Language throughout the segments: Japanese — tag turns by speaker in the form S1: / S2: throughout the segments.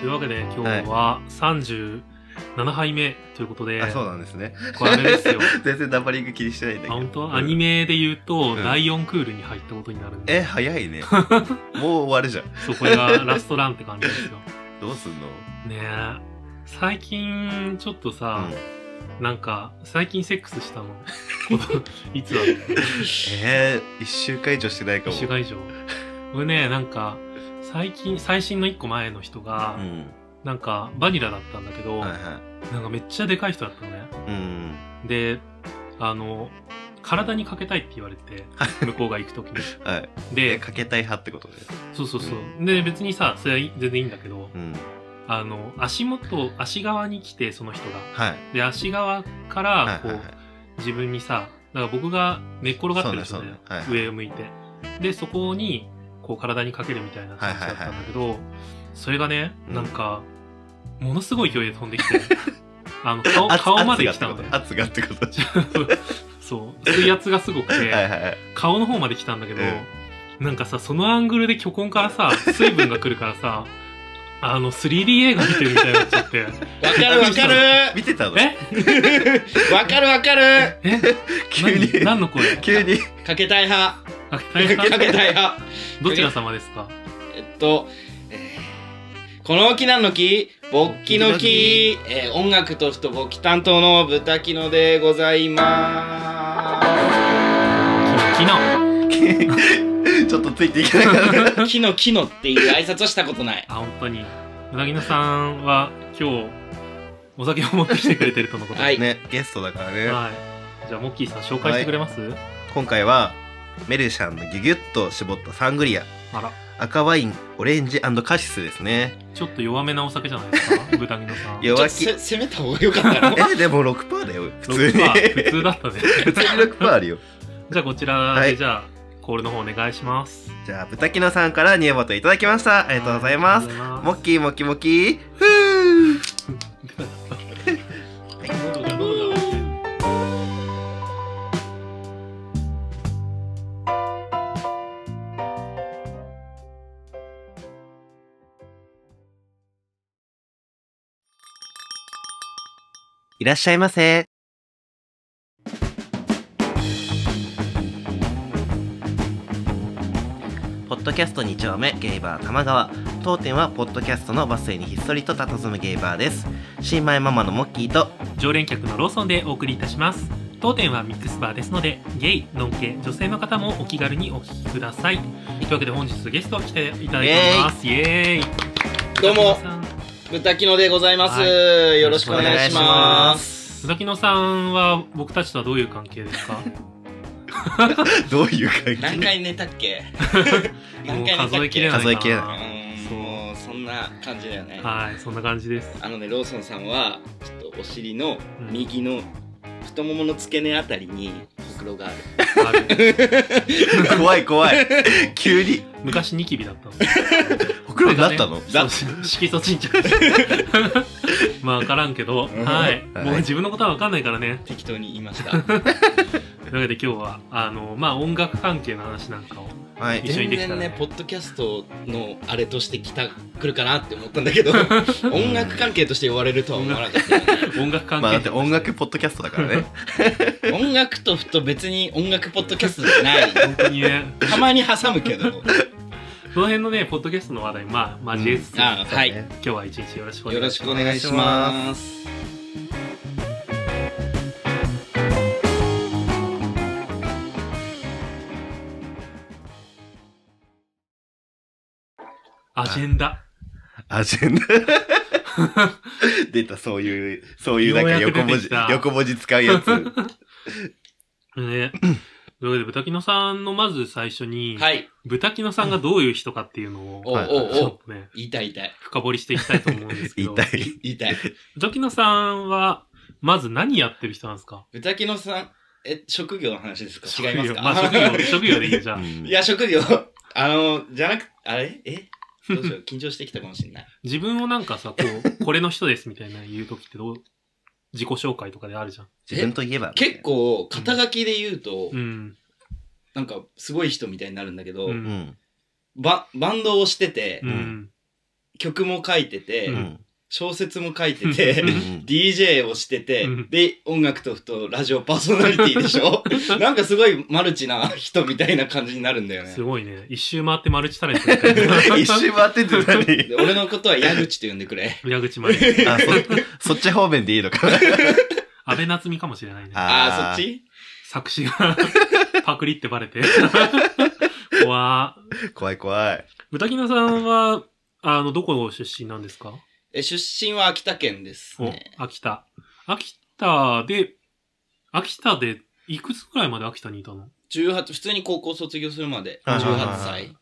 S1: というわけで今日は37杯目ということで、
S2: あ、そうなんですね。
S1: これあれですよ
S2: 全然ナンバリング気にしてないんだ
S1: あ
S2: けど。
S1: 本当、
S2: うん
S1: アニメで言うと、
S2: うん
S1: 第4クールに入ったことになるん
S2: え、
S1: で
S2: 早 いね。もう終わるじゃん。
S1: そうこれがラストランって感じです よ
S2: どうすんの
S1: ねえ最近ちょっとさ、
S2: うん
S1: なんか最近セックスしたの こといつだろう
S2: えー、一週間以上してないか
S1: 1
S2: も。
S1: 週間以上俺ねなんか最近最新の1個前の人が、
S2: うん。
S1: なんかバニラだったんだけど、
S2: はいは
S1: なんかめっちゃでかい人だったのね
S2: い。うん。
S1: であの体にかけたいって言われて向こうが行く 時に
S2: はい。え、
S1: で
S2: かけたい派ってことね。
S1: そうそうそう、で別にさそれは全然いいんだけど
S2: うん。
S1: あの足元足側に来てその人が
S2: はい。
S1: で足側か
S2: はい
S1: らこ
S2: は
S1: う、
S2: いはい。
S1: 自分にさだから僕が寝っ転がってる人
S2: そう
S1: で
S2: ねそうねはい
S1: 上を向いてでそこにこう体にかけるみたいな感じだったんだけど、それがね
S2: うん
S1: なんか、ものすごい勢いで飛んでき てあの顔
S2: 圧
S1: 顔まで来たのね
S2: 圧がってこと圧
S1: そう水圧がすごくて、
S2: がってことはいはいはい。
S1: 顔の方まで来たんだけど、
S2: え
S1: なんかさそのアングルで巨根からさ水分が来るからさ あの 3D 映画見てるみたいになっちゃ って
S3: わかるわかる
S2: 見てたの
S1: え
S3: わかるわかる
S1: え
S2: 急に、
S1: 何何の声
S2: 急に。
S3: かけたい派
S1: あ大変
S3: かけたい派
S1: どちら様ですか
S3: えっと、えーこの木なんの木勃起の木、えー音楽として勃起担当の豚キノでございま
S1: 昨日
S2: ちょっとついていけなかった。
S3: す。キノキノっていう挨拶をしたことない。
S1: あ本当にうなぎのさんは今日お酒を持ってきてくれてるとのことで
S3: はい
S2: ね、ゲストだからね。
S1: はいじゃあモッキーさん紹介してくれます、
S2: 今回は、メルシャンのギュギュッと絞ったサングリア。
S1: あら
S2: 赤ワイン、オレンジカシスですね。
S1: ちょっと弱めなお酒じゃないですか豚木のさん
S2: 弱気
S3: ちょっとせ攻めた方が良かったの
S2: え、でも6%だよ。普通に。
S1: 6%普通だ ったね
S2: 普通に6%あるよ。
S1: じゃあこちらで、
S2: はい
S1: じゃあコールの方お願いします
S2: じゃあ、豚キノさんからニエボトいただきました。ありがとうございます。
S1: ありがとうご
S2: モ
S1: ざい
S2: ッキーモキモキー。ふー
S1: ます喉が喉が
S2: いらっしゃいませ。ポッドキャスト2丁目ゲイバー玉川当店はポッドキャストのバス停にひっそりと佇むゲイバーです新米ママのモッキーと
S1: 常連客のローソンでお送りいたします当店はミックスバーですのでゲイ、ノンケ、女性の方もお気軽にお聞きくださいというわけで本日ゲスト来ていただいておりますイエーイ
S3: どうも
S1: 佐々木野さん
S3: 豚キノでございます、
S1: は
S3: よろしくお願いし
S2: お願
S3: ま。
S2: いします
S1: 佐々木野さんは僕たちとはどういう関係ですかも
S2: どういう会
S3: 何回寝たっけ何
S1: う
S3: 回寝たっけ
S1: 数えきれないな
S2: 数えきれ
S3: う
S2: な
S3: ーん
S1: そう
S3: もうそんな感じだよね。
S1: はいそんな感じです
S3: あのねローソンさんはちょっとお尻の
S1: うん
S3: 右の太ももの付け根あたりにほくろがある
S1: ある
S2: 怖い怖 い急に
S1: 昔ニキビだったの
S2: ほくろになったの、
S1: だ色素沈着 まあ分からんけど、
S3: うん
S1: はい、
S2: はい
S1: もう自分のことは分かんないからね
S3: 適当に言いました
S1: と いうわけで今日はあのまあ音楽関係の話なん かを
S2: は
S1: 一緒に
S3: 全
S1: できた
S3: 然
S1: らね
S3: ねポッドキャストのあれとして来た来るかなって思ったんだけど音楽関係として呼ばれるとは思わなかったよね
S1: 音楽関係、
S2: まあだって音楽ポッドキャストだから ね
S3: 音楽とふと別に音楽ポッドキャストじゃない
S1: 本当にね
S3: たまに挟むけど
S1: その辺のねポッドキャストの話題まあ交えつつ、
S3: うんあはい
S2: そうね
S1: 今日は一日よろしくお願
S3: よ
S1: いしま
S3: ろ
S1: す
S3: しくお願いします
S1: アジェンダ
S2: アジ ェンダ出たそういうそういうなんか
S1: ようやく
S2: 横文
S1: 出て
S2: 字
S1: きた
S2: 横文字使 うやつ
S1: ねというわけで豚キノさんのまず最初に、
S3: はい
S1: 豚キノさんがどういう人かっていうのを
S3: おう
S2: はい
S3: おう
S1: ち
S3: お
S1: ょ
S3: う
S1: っとね
S3: 言いたい言いたい
S1: 深掘りしていきたいと思うんですけ
S2: 言い
S1: ど
S2: たい
S3: 言いたい
S1: 豚キノさんはまず何やってる人なんですか
S3: 豚キノさんえ職業の話ですか違いますか、
S1: 職業まあ、職 業職業でいいじゃ
S2: うんん
S3: いや、職業、あの、じゃなく、あれえどう しよう、緊張してきたかもしれない。
S1: 自分をなんかさこうこれの人ですみたいな言う時ってどう自己紹介とかであるじゃん
S2: 自分といえば
S3: 結構、肩書きで言うと、
S1: うん
S3: なんか、すごい人みたいになるんだけど、
S1: う
S2: うんん
S3: ババンドをしてて、
S1: うん
S3: 曲も書いてて、
S1: う
S2: うんん
S3: 小説も書いて
S2: う
S3: て、
S2: ん
S3: DJ をしてて、
S1: うん
S3: で、音楽とふとラジオパーソナリティで しょなんかすごいマルチな人みたいな感じになるんだよね
S1: す。ごいね。一周回ってマルチタレントみたいな
S2: 一周回ってて
S3: で俺のことは矢口と呼んでく れ。
S1: 裏口まで。
S2: 何あそそっち方面でいいのかな
S1: 安倍夏実かもしれないね。
S3: ああー、そっち
S1: 作詞が パクリってバレて。怖
S2: 怖い怖い
S1: 豚キノさんは、あの、どこ出身なんですか
S3: え出身は秋田県です
S1: お
S3: ね。、
S1: 秋田。秋田で、秋田で、いくつくらいまで秋田にいたの
S3: 18、普通に高校卒業するまで、
S2: はい
S1: はいはい
S3: 18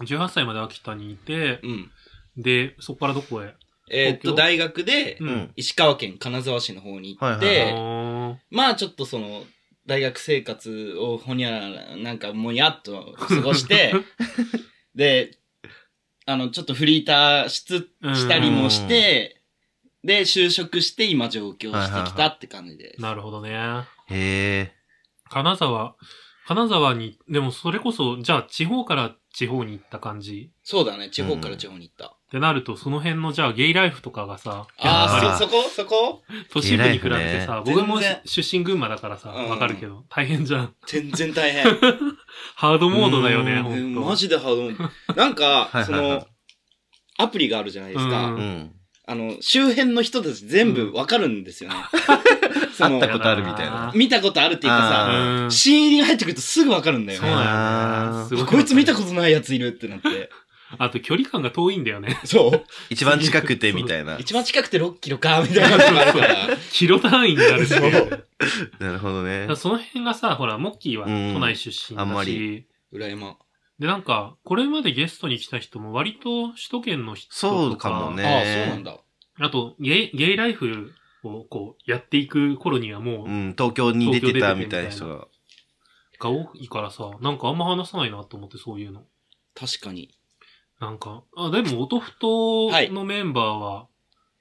S3: 歳。
S1: ?18 歳まで秋田にいて、
S3: うん。
S1: で、そこからどこへ
S3: えーっ
S1: 東
S3: と、
S1: 京
S3: 大学で
S1: う
S2: うんん
S3: 石川県金沢市の方に行って、
S2: はい
S1: あ
S2: は
S1: ー
S3: まあちょっとその、大学生活をほにゃらら、なんかもやっと過 ごして、で、あの、ちょっとフリーターしつ、
S1: うん
S3: したりもして、で、就職して今上京してきたって感じです。
S1: なるほどね。
S2: へえ
S1: 金沢、金沢に、でもそれこそ、じゃあ地方から地方に行った感じ
S3: そうだね、地方から地方に行った。
S1: ってなると、その辺のじゃあゲイライフとかがさ、
S2: い
S3: あ
S2: や
S3: あ、そ、そこそこ
S1: 都市部に比べてさ、
S3: ゲイライフね
S1: 僕も
S3: 全
S1: 出身群馬だからさ、
S3: うん
S1: わかるけど、大変じゃん。
S3: 全然大 変。
S1: ハードモードだよね、
S2: うん
S1: ほ
S3: うん
S1: ん
S3: マ
S1: と。
S3: ジでハード。なんか
S2: はいはいはい、
S3: その、アプリがあるじゃないです
S1: う
S2: う
S3: か。
S2: ん
S3: あの、周辺の人たち全部わかるんですよね。そ
S2: 会
S3: の
S2: った、ことあるみたいな
S3: 見たことあるっていうかさ、
S1: うん
S3: 新入りが入ってくるとすぐわかるんだよ
S1: そう
S3: ね。
S1: だよ
S2: あ
S1: ね。
S2: ー
S1: すごく
S3: こいつ見たことないやついるってなって。
S1: あと距離感が遠いんだよね。
S3: そう。
S2: 一番近くてみたいな
S3: 一番近くて6キロか、みたいなのがあるから。
S1: キロ単位になるっていう。だか
S2: なるほどね
S1: らその辺がさ、ほら、モッキーは
S2: うん
S1: 都内出身
S2: あん
S1: だ
S2: ま
S1: し、
S3: 裏山。
S1: で、なんか、これまでゲストに来た人も割と首都圏の人
S2: そ
S1: と
S2: う
S1: か、
S2: かも
S3: あ
S2: ね
S3: あ、そうなんだ。
S1: あとゲイ、ゲイライフをこう、やっていく頃にはも
S2: う
S1: う、
S2: ん東京に出てたみたいな人が
S1: が多いからさ、なんかあんま話さないなと思って、そういうの。
S3: 確かに。
S1: なんか、あ、でも、音ふとのメンバーは、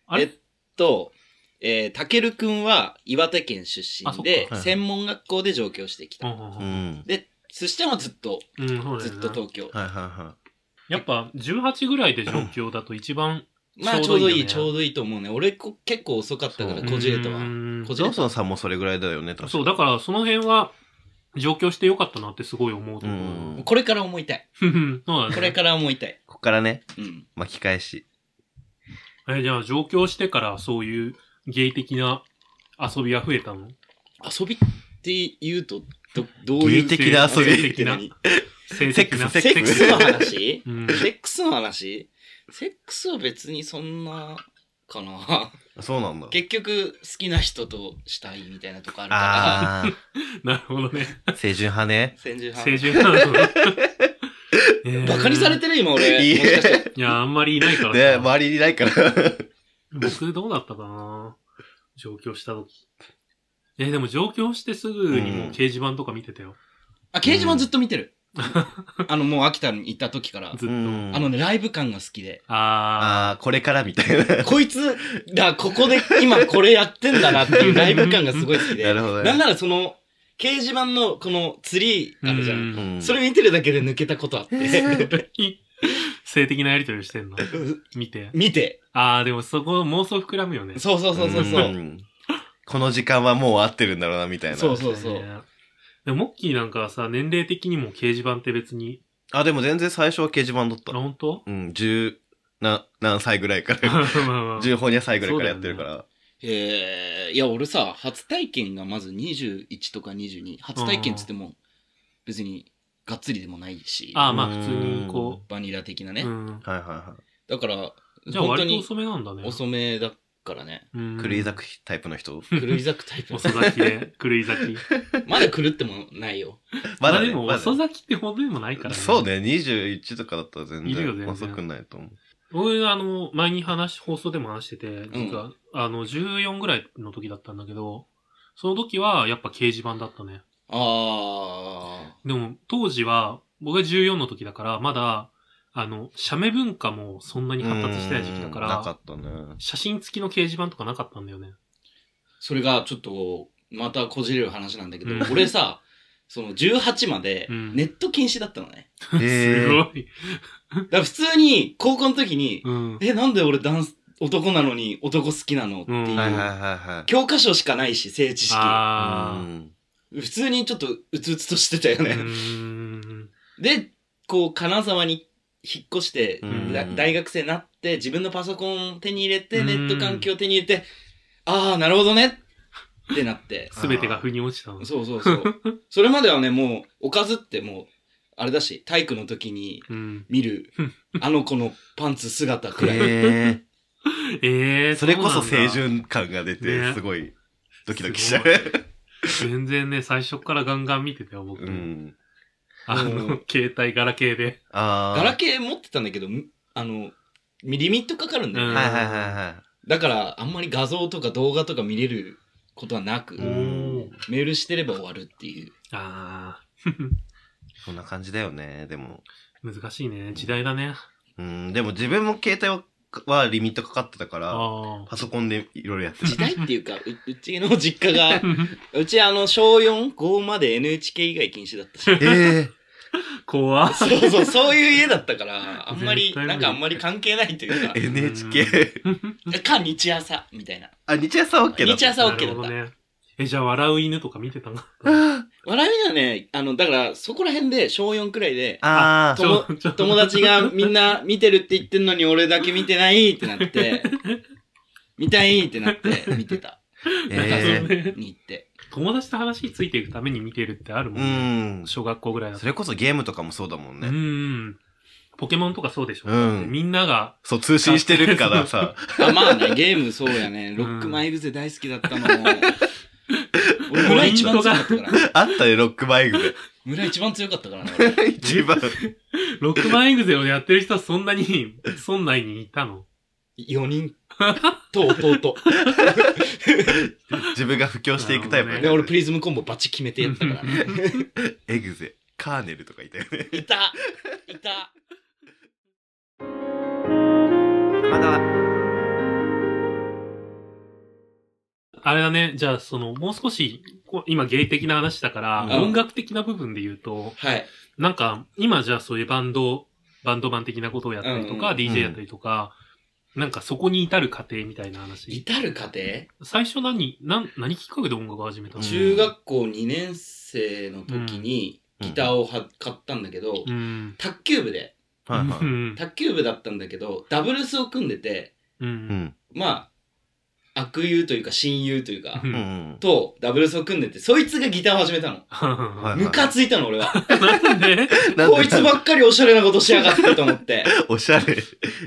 S1: あ
S3: え
S1: れ
S3: っと、えー、たけるくんは岩手県出
S1: あそ
S3: 身
S1: っかはい
S3: で
S2: は、い
S3: 専門学校で上京してき
S1: う
S3: た。
S1: んうん
S2: う
S1: うん
S2: ん
S3: で、寿司ちゃんはずっと、
S1: うん、そうだ
S3: ずっ
S1: よ
S3: と
S1: ね。
S3: 東京。
S2: はいはいは
S1: やっぱ、18ぐらいで上京だと一番、
S3: まあちょうどいい、
S1: ち
S3: ち
S1: ょ
S3: ょ
S1: う
S3: うどいいと思うね。俺こ結構遅かったから、
S2: そう
S3: こじれたわ
S1: う。ん
S3: こ
S2: い
S3: じ
S2: ジョ
S3: れ
S2: ン
S3: た。
S2: ソンさんもそれぐらいだよね確か
S1: そう、だからその辺は上京してよかったなってすごい思うと
S2: う
S1: 思う。
S2: ん
S3: これから思いたい。
S1: ふふ そうだね。
S3: これから思いたい。
S2: こっからね
S3: うん。
S2: 巻き返し
S1: え、じゃあ上京してからそういうゲイ的な遊びは増えたの
S3: 遊びって言うと、ど、どう
S2: ゲイ
S3: いう
S2: 的な遊び
S1: 性的な
S3: 何
S1: 性
S2: セッ
S1: 的
S2: ク
S1: な。
S2: ス
S3: セックスの話
S1: うん
S3: セックスの話セックスは別にそんな、かな。
S2: そうなんだ
S3: 結局、好きな人としたいみたいなとこあるか
S2: あ
S1: なるほどね。
S2: あ青春派ね
S3: ら。先住
S1: 清
S3: 派。
S1: 純なの。えー
S3: バカにされてる今俺。
S2: いい
S3: もしかして
S1: いや、あんまりいないから
S2: ね
S1: さ。
S2: 周りにないから
S1: 僕どうだったかな上京した時。えでも上京してすぐにもう掲示板とか見てたよ。
S3: あ、掲示板ずっと見 てる。あの、もう秋田に行った時から。
S1: ずっと。
S2: うん
S3: あのね、ライブ感が好きで。
S1: あ
S2: ああ、これからみたい な。
S3: こいつら、ここで今これやってんだなっていうライブ感がすごい好きで。
S2: なるほど
S3: なん
S2: ね。
S3: ならその、掲示板のこのツリー
S1: ー。
S3: あるじゃん。
S1: う
S2: うん
S3: それ見てるだけで抜けたことあって。
S1: 性的なやりとりしてんの見て。
S3: 見て。
S1: ああ、でもそこ妄想膨らむよね。
S3: そうそうそうそうそう。
S2: んこの時間はもう合ってるんだろうな、みたいな。
S3: そうそうそう
S1: だよねでもモッキーなんかはさ、年齢的にも掲示板って別に、
S2: あ、でも全然最初は掲示板だっ
S1: あ、
S2: た。
S1: 本当
S2: うん、十、な、何歳ぐらいか
S1: まあ
S2: ら。
S1: まあ
S2: 十本屋歳ぐらいからやってるから。
S3: えー、いや、俺さ、初体験がまず21とか22。初体験っつっても、別に、がっつりでもないし、
S1: ああ、まあ普通にこ
S3: バニラ的な
S1: う。
S3: ね。
S1: うん。
S2: はいはいは
S3: だから、
S1: じゃあ
S3: 本当
S1: 割と
S3: に
S1: 遅めなんだね。
S3: 遅めだから ね。
S1: うん
S2: い。狂い咲くタイプの人。
S3: 狂い咲くタイプ。
S1: 遅咲き で、狂い咲き。
S3: まだ狂ってもないよ。
S1: ま
S2: まだ
S1: あ
S2: ね
S1: でも
S2: まだね
S1: 遅咲きってほどでもないからね。
S2: そうね、21とかだったら全
S1: いるよ全
S2: 然
S1: 然
S2: 遅くないと思う。
S1: 俺、あの、前に話、放送でも話してて、実は、あの、14ぐらいの時だったんだけど、その時はやっぱ掲示板だったね。
S3: あ
S1: でも、当時は、僕が14の時だから、まだ、あの、写メ文化もそんなに発達してない時期だか、
S2: うんなからったね。
S1: 写真付きの掲示板とかなかったんだよね。
S3: ー。それがちょっと、またこじれる話なんだけど、
S1: うん
S3: 俺さ、その18まで
S1: うん
S3: ネット禁止だったのね。
S1: すごい。
S3: だから普通に高校の時に、
S1: うん。
S3: え、なんで俺ダンス、男なのに男好きなのっていう、
S1: うん
S2: はいはいはいはい。
S3: 教科書しかないし、性知識。
S1: あ
S2: うん
S3: 普通にちょっとうつうつとしてたよ
S1: あ。う
S3: ね。
S1: ん。
S3: で、こう、金沢に引っ越して、
S2: うん
S3: だ大学生になって、自分のパソコンを手に入れて、
S1: うん
S3: ネット環境を手に入れて、ああ、なるほどねってなって。
S1: すべてが腑に落ちたの。
S3: そうそう そう。それまではね、もう、おかずってもう、あれだし、体育の時に
S1: うん。
S3: 見る、あの子のパンツ姿くらい。
S2: へ
S1: ええ
S2: え。
S1: ー、
S2: それこそ
S1: うなんだ
S2: 清。純感が出て、
S1: ね
S2: すごい、ドキドキしちゃう
S1: す。全然ね、最初からガンガン見てたよ、僕。
S2: うん。
S1: あ
S3: う
S1: の
S3: ん、
S1: 携帯、ガラケーで。
S2: ああ。
S3: ガラケー持ってたんだけど、むあの、みリミットかかるんだよね。
S1: うん
S2: はいはいはいは
S3: だから、あんまり画像とか動画とか見れることはなく、
S2: うん
S3: メールしてれば終わるっていう。
S1: ああ。
S2: い。そんな感じだよね、でも。
S1: 難しいね。時代だね。
S2: うん、でも自分も携帯はリミットかかってたから、
S1: ああ。
S2: パソコンでいろいろやって
S3: 時
S2: た。
S3: 代っていうか、ううちの実家が、うちあの、小4、5まで NHK 以外禁止だったし。
S2: ええ。
S1: 怖っ。
S3: そうそう、そういう家だったから、あんまり、
S1: 絶対無理
S3: なんかあんまり関係ないというか、
S2: NHK。
S3: か日朝みたいな。
S2: あ、日朝 OK だ。
S3: 日朝 OK だ
S1: なるほ
S3: っ
S1: ど
S3: た。
S1: ね。え、じゃあ、笑う犬とか見てたの
S3: 笑いはね、あの、だから、そこら辺で、小4くらいで、
S2: あ
S3: とも
S1: ちょ
S3: 友達がみんな見てるって言ってんのに俺だけ見てないってな って、見たいってなって見てた。
S2: あ。
S1: なんか
S2: え
S1: そ
S2: え。
S1: のね
S3: に行って。
S1: 友達と話についていくために見てるってあるも
S2: うん
S1: ね。
S2: ん。
S1: 小学校ぐらいだと
S2: そ。れこそゲームとかもそうだもん
S1: う
S2: ね。
S1: ん。ポケモンとかそうでしょ
S2: うん
S1: みんなが、
S2: そう、通信してるか らさ。
S3: あ、まあね、ゲームそうやね。
S1: ん
S3: ロックマイグゼ大好きだったの。俺村一番強かったから。
S2: あったね、ロックバイ クで。
S3: 村一番強かったからね。俺
S2: 一番。
S1: ロックマンエグゼをやってる人はそんな に、村内にいたの
S3: 4人と弟。
S2: 自分が布教していくタイプ
S1: な
S2: だよ
S1: る
S3: で、
S1: ほ
S3: 俺
S2: ね
S3: プリズムコンボバチ決めてやったからね。
S2: エグゼ、カーネルとかいたよね。
S3: いたいた
S2: まだ。
S1: あれだね、じゃあその、もう少し、こう今ゲイ的な話だから、
S2: うん
S1: 音楽的な部分で言うと、
S3: はい。
S1: なんか、今じゃあそういうバンド、バンドマン的なことをやったりとか、
S3: うん
S1: DJ やったりとか、なんかそこに至る過程みたいな話。
S3: 至る過程
S1: 最初何、なん何きっかけで音楽を始めたの
S3: 中学校2年生の時に
S2: うん
S3: ギターをは買ったんだけど、
S1: うん。
S3: 卓球部で、
S2: はいは
S1: う
S2: い。
S1: ん。
S3: 卓球部だったんだけど、ダブルスを組んでて、
S1: う。
S2: うんん。
S3: まあ、悪友というか親友というか
S1: う、
S2: うんん。
S3: とダブルスを組んでて、そいつがギターを始めたの。
S2: はい
S3: ムカついたの俺は。
S1: なんで
S2: なんで
S3: こいつばっかりおしゃれなことしやがってと思 って。
S2: おしゃれ。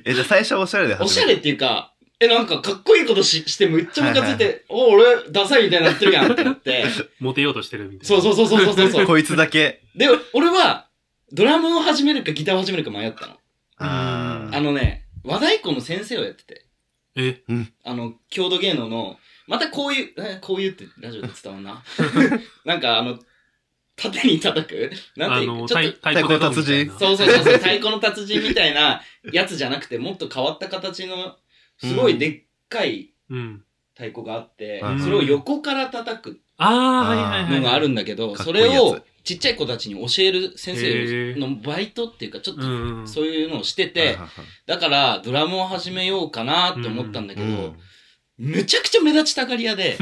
S2: え、じゃあ最初はおしゃれで
S3: おしゃ
S2: め
S3: れっていうか、え、なんかかっこいいことししてむっちゃムカついて、お、俺、ダサいみたいになってるやんってなって。
S1: モテようとしてるみたいな。
S3: そうそうそうそうそうそう。
S2: こいつだけ。
S3: で、俺は、ドラムを始めるかギターを始めるか迷ったの。
S2: あ
S3: あ
S2: ー
S3: のね、和太鼓の先生をやってて、
S1: え、
S3: あの、郷土芸能の、またこういう、えこういうってラジオで伝わんな。なんかあの、縦に叩く、なん
S1: あ
S3: ていう
S1: の、
S3: か、
S1: 太
S3: ちょっと、
S1: 太鼓で叩くみたいな
S3: そうそうそうそう、太鼓の達人みたいなやつじゃなくて、もっと変わった形の、すごいでっかい
S1: うん。
S3: 太鼓があって、
S2: うん
S3: それを横から叩く
S1: ああ、はいはいはい。
S3: のがあるんだけど、
S2: かっ
S3: そ
S2: こいいや
S3: れ
S2: つ
S3: をちっちゃい子たちに教える先
S1: へー
S3: 生のバイトっていうか、ちょっと
S1: うん。
S3: そういうのをしてて、だからドラムを始めようかなって思ったんだけど、めちゃくちゃ目立ちたがり屋で、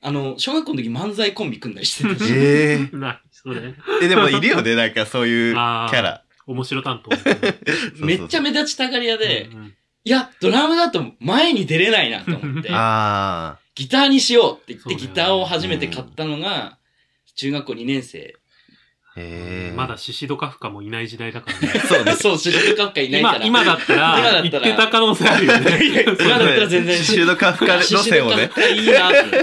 S3: あの、小学校の時漫才コンビ組んだりしてたし、
S2: ええ。
S1: な、それ。
S2: え、でもいるよね、なんかそういうキ
S1: あー
S2: ャラ。
S1: 面白担当みたいな。
S2: そう
S3: めっちゃ
S2: そう
S3: 目立ちたがり屋で、
S1: うんうん
S3: いや、ドラムだと前に出れないなと思っ
S1: て、
S3: て
S2: あ
S3: ギターにしようって言っ
S1: そう
S3: て
S1: だよね
S3: ギターを初めて買ったのが、中学校2年生。
S2: ー。ええ。
S1: まだシシドカフカもいない時代だからね。
S2: そうね。
S3: そう、主人公いないか
S1: 今、
S3: ら。
S1: 今だったら、
S3: 今
S1: 言
S3: だっ
S1: った
S3: ら
S1: てた可能性あるよね。
S3: いや今だったら全然
S2: シュドカフカ路線をね。
S3: シシドカフカいいなっ て。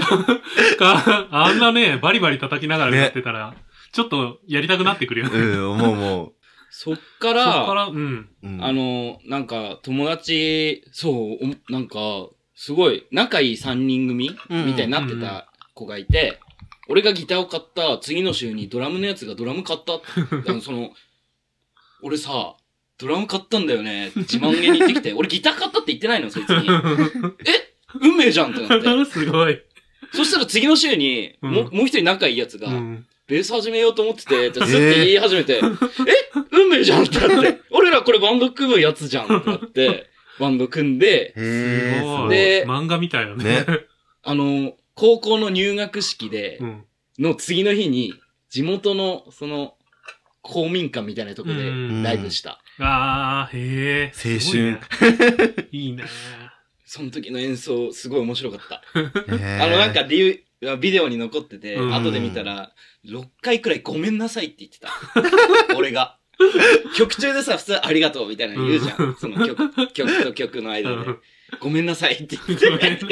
S1: かあんなね、バリバリ叩きながらやってたら、ちょっとやりたくなってくるよね。
S2: うん、思う思
S3: そっか
S1: そ
S3: ら、
S1: っから、うん。
S2: う。うん
S3: あ、の、なんか、友達、そう、おなんか、すごい、仲いい三人組、
S2: うん
S3: みたいになってた子がいて、俺がギターを買った次の週にドラムのやつがドラム買った って、あのその、俺さ、ドラム買ったんだよね、自慢げに言ってきて、俺ギター買ったって言ってないの、そい つに。え運命じゃんってなって。
S1: すごい。
S3: そしたら次の週に、も
S1: うん
S3: もう一人仲いいやつが、
S1: うん。
S3: ベース始めようと思って て、ってずっと言い始めて、え運命じゃんってな って、俺らこれバンド組むやつじゃんってなって、バンド組んで、
S2: へえ。
S1: すごい。
S3: で
S1: 漫画みたいだね。
S2: ね
S3: あの、高校の入学式で
S1: う、ん。
S3: の次の日に、地元の、その、公民館みたいなとこ
S1: う
S3: で、
S1: ん
S2: ね
S3: ライブした。
S1: あー、へえ。
S2: 青春
S1: すごいね。い いね。
S3: その時の演奏、すごい面白かった。
S2: あ
S3: あの、なんか、理由、ビデオに残ってて、
S1: うん
S3: 後で見たら、6回くらいごめんなさいって言って た。俺が。曲中でさ、普通ありがとうみたいなの言うじゃん。
S1: う
S3: その曲、曲と曲の間で。ごめんなさいって言っ
S1: ごめん
S3: て。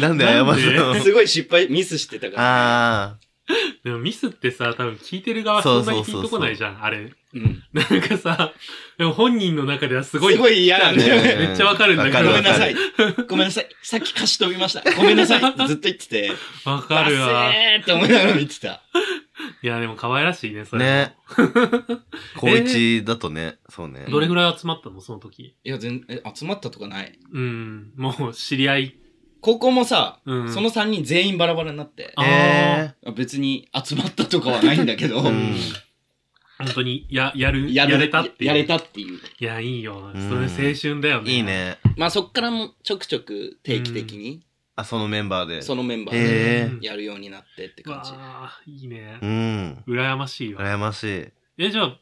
S2: なんで謝る
S1: な
S2: の
S1: ん
S3: すごい失敗、ミスしてたから。
S2: あ
S1: でもミスってさ、多分聞いてる側
S2: そ
S1: そ
S2: うんそ
S1: なに
S2: うそうそう
S1: ピンとこないじゃん、あれ。
S3: うん。
S1: なんかさ、でも本人の中ではす
S3: す
S1: ご
S3: ご
S1: い、
S3: い嫌な
S2: あ。
S3: んだよね。
S1: めっちゃわかるんだけ
S2: わ
S1: ど
S3: ご
S2: る
S3: め
S2: わ
S3: んな
S2: か
S3: さ
S2: る
S3: い。ごめんなさい。さっき歌詞飛びました。ごめんなさいってずっと言ってて。
S1: わかるわ。
S3: えーって思いながら見てた。
S1: いや、でも可愛らしいね、それ。
S2: ね。高一だとね、そうね。
S1: どれぐらい集まったの、その時。
S3: いや、全え集まったとかない。
S1: うん、もう知り合い。
S3: 高校もさ、
S1: うん。
S3: その3人全員バラバラになって。
S1: あー
S2: え
S3: 別に集まったとかはないんだけど、
S2: ー、う
S1: うん
S2: ん。
S1: 本当に、や、やる、
S3: や
S1: や
S3: る
S1: れたっていう。
S3: やれたっていう。
S1: いや、いいよ。
S2: うん
S1: それ青春だよね。
S2: いい。ね。
S3: まあそっからもちょくちょく定期的に、
S2: あ、そのメンバーで。
S3: そのメンバ
S1: うん
S3: ー
S2: へえ
S3: でやるようになってって
S1: う
S3: 感じ。
S1: わーいいね
S2: う。ん。
S1: 羨ましいわ。
S2: 羨ましい。
S1: え、じゃあ、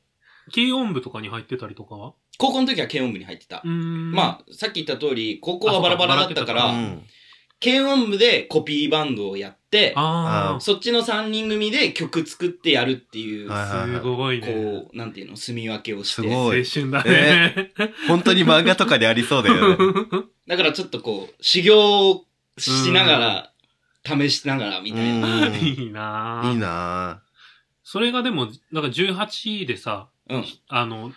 S1: 軽音部とかに入ってたりとかは
S3: 高校の時は軽音部に入ってた
S1: う。ん。
S3: まあ、さっき言った通り、高校はバラバラだったか
S1: あ
S2: う
S1: そ
S3: ら、
S2: ん。
S3: 軽音部でコピーバンドをやって、
S1: あ
S2: あ
S1: ー
S3: そっちの3人組で曲作ってやるっていう、
S2: はいは
S1: す
S2: い
S1: ごいね。
S3: こう、なんていうの、住み分けをし
S2: すご
S3: て。
S1: 青
S2: い
S1: 春だね。
S2: 本当に漫画とかでありそうだよね。
S3: だからちょっとこう、修行をしながら、試しながらみたいな。
S2: うんい
S1: いいなぁ
S2: いな
S1: それがでも、なんか18でさ、
S3: うん。
S1: あの、引っ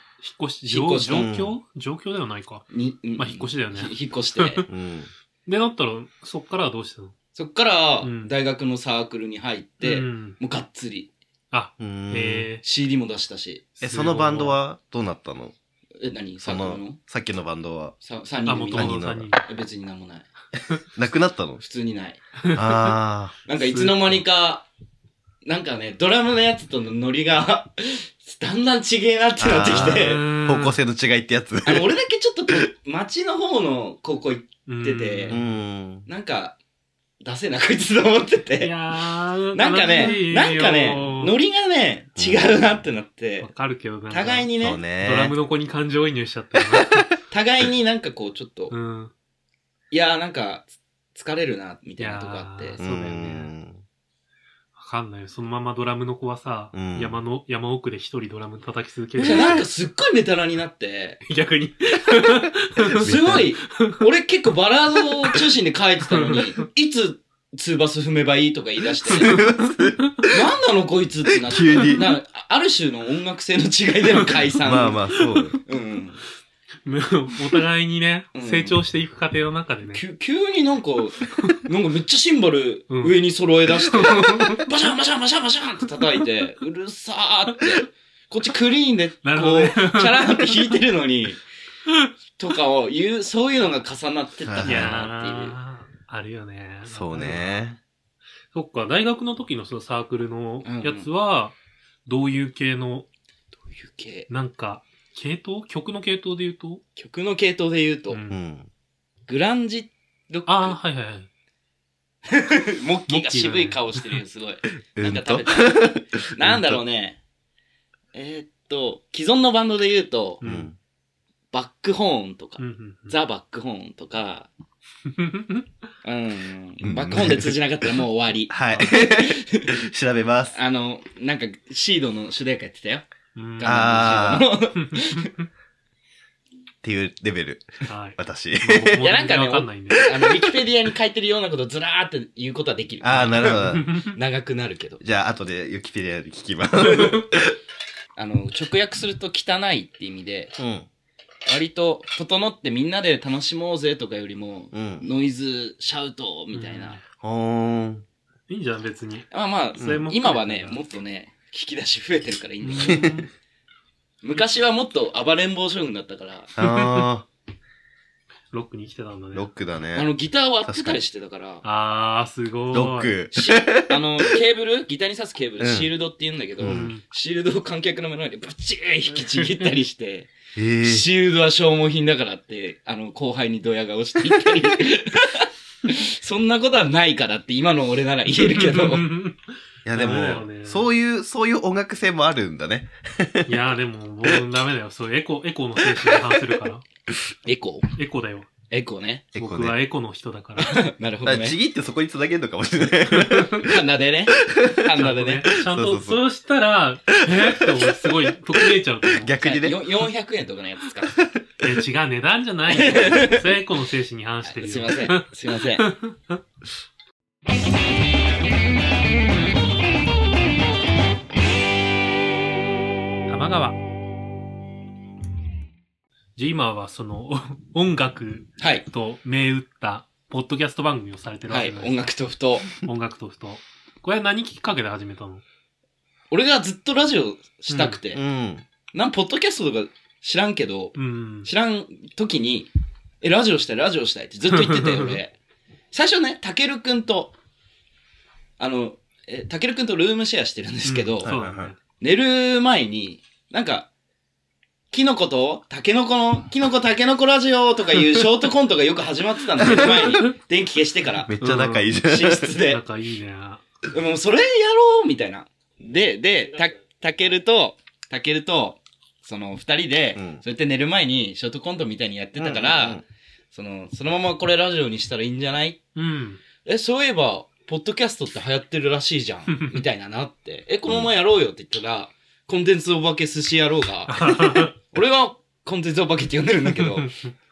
S1: 越し、
S3: 引っ
S1: 状
S3: 越し
S1: 状
S2: た
S1: 況状況ではないか。
S3: にうん
S1: まあ引っ越しだよね
S3: ひ引っ越し て。
S2: ぁ。うん。
S1: で、だったら、そっからはどうしたの
S3: そっから
S1: うん、
S3: 大学のサークルに入って、
S1: うん、
S3: もうがっつり、
S1: あ、
S2: うん
S1: えー
S3: CD も出したし、
S2: え、そのバンドはどうなったの
S3: え、何サ
S2: そ
S3: ーク
S2: の
S3: ルの、
S2: さっきのバンドは。
S3: さ三
S1: あ、
S3: 人
S1: も
S3: 組
S1: と
S2: 何
S1: も
S2: 人
S1: と
S2: な
S1: 3
S2: の
S1: 人。
S3: え別になんもない。
S2: なくなったの
S3: 普通にない。
S2: あ
S3: なんかいつの間にか、なんかね、ドラムのやつとのノリが、 だんだんちげえなってなってき
S2: え
S3: て、
S2: あ。方向性の違いってやつ。
S3: あの、俺だけちょっとと、町の方の高校行っ
S1: 出
S3: て
S2: う
S3: て
S2: ん。
S3: なんか、出せなこいつと思って
S1: い
S3: て。
S1: やー、
S3: なんか
S1: 楽し
S3: ね、
S1: い
S3: なんかね、
S1: よ
S3: ノリがね、違うなってなって
S1: わ、かるけどな。
S3: 互いに
S2: そう
S3: ね、
S2: ね。
S1: ドラムの子に感情移入しちゃったよ
S3: 互いになんかこうちょっと、
S1: な。うん。
S3: いやーなんかつ疲れるなみ
S1: い
S3: たいな
S1: や
S3: とこあって
S1: ー、そうだよね。わかんないよ。そのままドラムの子はさ、
S2: うん
S1: 山の、山奥で一人ドラム叩き続ける
S3: じゃ。なんかすっごいメタラに なって
S1: 逆 に。
S3: すごい俺結構バラードを中心で書いてたのに いつツーバス踏めばいいとか言い出して 何なのこいつってなって
S2: 急に
S3: なんかある種の音楽性の違いでの解散
S2: まあまあ、そう。
S3: うん、
S1: お互いにね
S3: うん、
S1: 成長していく過程の中でね。
S3: 急急になんかなんかめっちゃシンバル上に揃え出して、バシャンバシャンバシャンバシャンって叩いてうるさーってこっちクリーンでこう、
S1: なるほどね
S3: チャラーって弾いてるのにとかを言うそういうのが重なってったか
S1: い
S3: なっ
S1: やー、あるよね。
S2: そう。ね。
S1: そっか、大学の時のそのサークルの
S3: うんうん
S1: やつは、どういう系の、
S3: ていういう系
S1: なんか、系統曲の系統で言うと
S3: 曲の系統で言うと、
S1: うん
S2: うん。
S3: グランジロック
S1: ああ、はいはいはい。
S3: モッキーが渋い顔してるよすごい、
S2: うん
S3: なんか
S2: と
S3: 食べ。たなんだろうねえーっと既存のバンドで言うと
S2: う
S1: うんん。
S3: バックホーンとか、
S1: うんうんうん
S3: ザ・バックホーンとか、
S2: う。
S3: うんん。バックホーンで通じなかったらもう終わり
S2: はい。調べます。
S3: あの、なんか、シードの主題歌やってたよ。
S1: うん
S2: ああ
S3: ガンダムのシード
S2: っていうレベル。
S1: はい。
S2: 私。
S1: い
S3: いやなんかね
S1: わかんないんで。
S3: のあの、ウィキペディアに書いてるようなことずらーって言うことはできる。
S2: ああ、なるほど。
S3: 長くなるけど。
S2: じゃあ、後でユキペディアで聞きます。
S3: あの、直訳すると汚いって意味で、
S2: うん。
S3: 割と、整ってみんなで楽しもうぜとかよりも、
S2: うん。
S3: ノイズ、シャウト、みたいな。
S2: ほーん。
S1: いいじゃん、別に。
S3: まあまあ、
S1: それも含めて
S3: 今はね、もっとね、引き出し増えてるからいいんだけど。
S1: うん
S3: 昔はもっと暴れん坊将軍だったから、
S2: あ
S1: ロックに生きてたんだね。
S2: ロックだ
S3: あ
S2: ね。
S3: の、ギター割ってたりしてたから、
S1: あー、すごい。
S2: ロッ。ク。
S3: しあの、ケーブル、ギターに刺すケーブル、
S2: うん
S3: シールドって言うんだけど、
S1: うん。
S3: シールドを観客の目の前でブチーン引きちぎったりして、
S2: えー、
S3: シールドは消耗品だからって、あの、後輩にドヤ顔していったり。 そんなことはないからって今の俺なら言えるけど。
S2: いやで
S1: ダメだよ
S2: も、
S1: ね
S2: そういう、そういう音楽性もあるんだね。
S1: いやー、でも、もうダメだよ。そう、エコ、エコの精神に反するから。
S3: エコ
S1: エコだよ。
S3: エコね。
S2: 結構
S1: 僕
S2: ね。
S1: はエコの人だから。
S3: なるほ
S2: だ
S3: ど
S2: からち
S3: ね。
S2: ぎってそこに繋げるのかもしれない。
S3: カンナでね。カンナでね。
S1: ちゃん
S2: そうそ
S1: と、
S2: うそう
S1: そうしたら、えっと、すごい、得めいちゃうと思う。
S2: 逆にね。
S3: よ400円とかのやつですか
S1: え違う、値段じゃないよ。それエコの精神に反してるよ。
S3: すいません。すいません。 は
S1: 玉川。ジーマーはその、 お音楽
S3: い。
S1: と銘打った、ポッドキャスト番組をされてるわ
S3: は
S1: け
S3: い。
S1: じゃない
S3: 音楽とふと。
S1: 音楽とふと。これは何きっかけで始めたの
S3: 俺がずっとラジオしたくて、
S2: うん。
S3: なん、ポッドキャストとか知らんけど、
S1: うん。
S3: 知らん時に、え、ラジオしたい、ラジオしたいってずっと言っ てて、俺。最初ね、たけるくんと、あの、え、たけるくんとルームシェアしてるんですけ
S1: う
S3: ど、
S1: んそうだね。
S3: 寝る前に、なんか、キノコと、タケノコの、キノコタケノコラジオとかいうショートコントがよく始まってたんだけ ど、前に、電気消してから、
S2: めっちゃ仲いいじゃん。
S3: 寝室で
S1: なん。かいいね。
S3: もうそれやろうみたいな。で、で、た、たけると、たけると、その二人で、
S2: うん
S3: そうやって寝る前にショートコントみたいにやってたから、
S2: うんうんうん
S3: その、そのままこれラジオにしたらいいんじゃない
S1: うん。
S3: え、そういえば、ポッドキャストって流行ってるらしいじゃ ん。みたいななって。え、このままやろうよって言ったら、コンテンツお化け寿司野 郎が、俺はコンテンツお化けって呼んでるんだけど、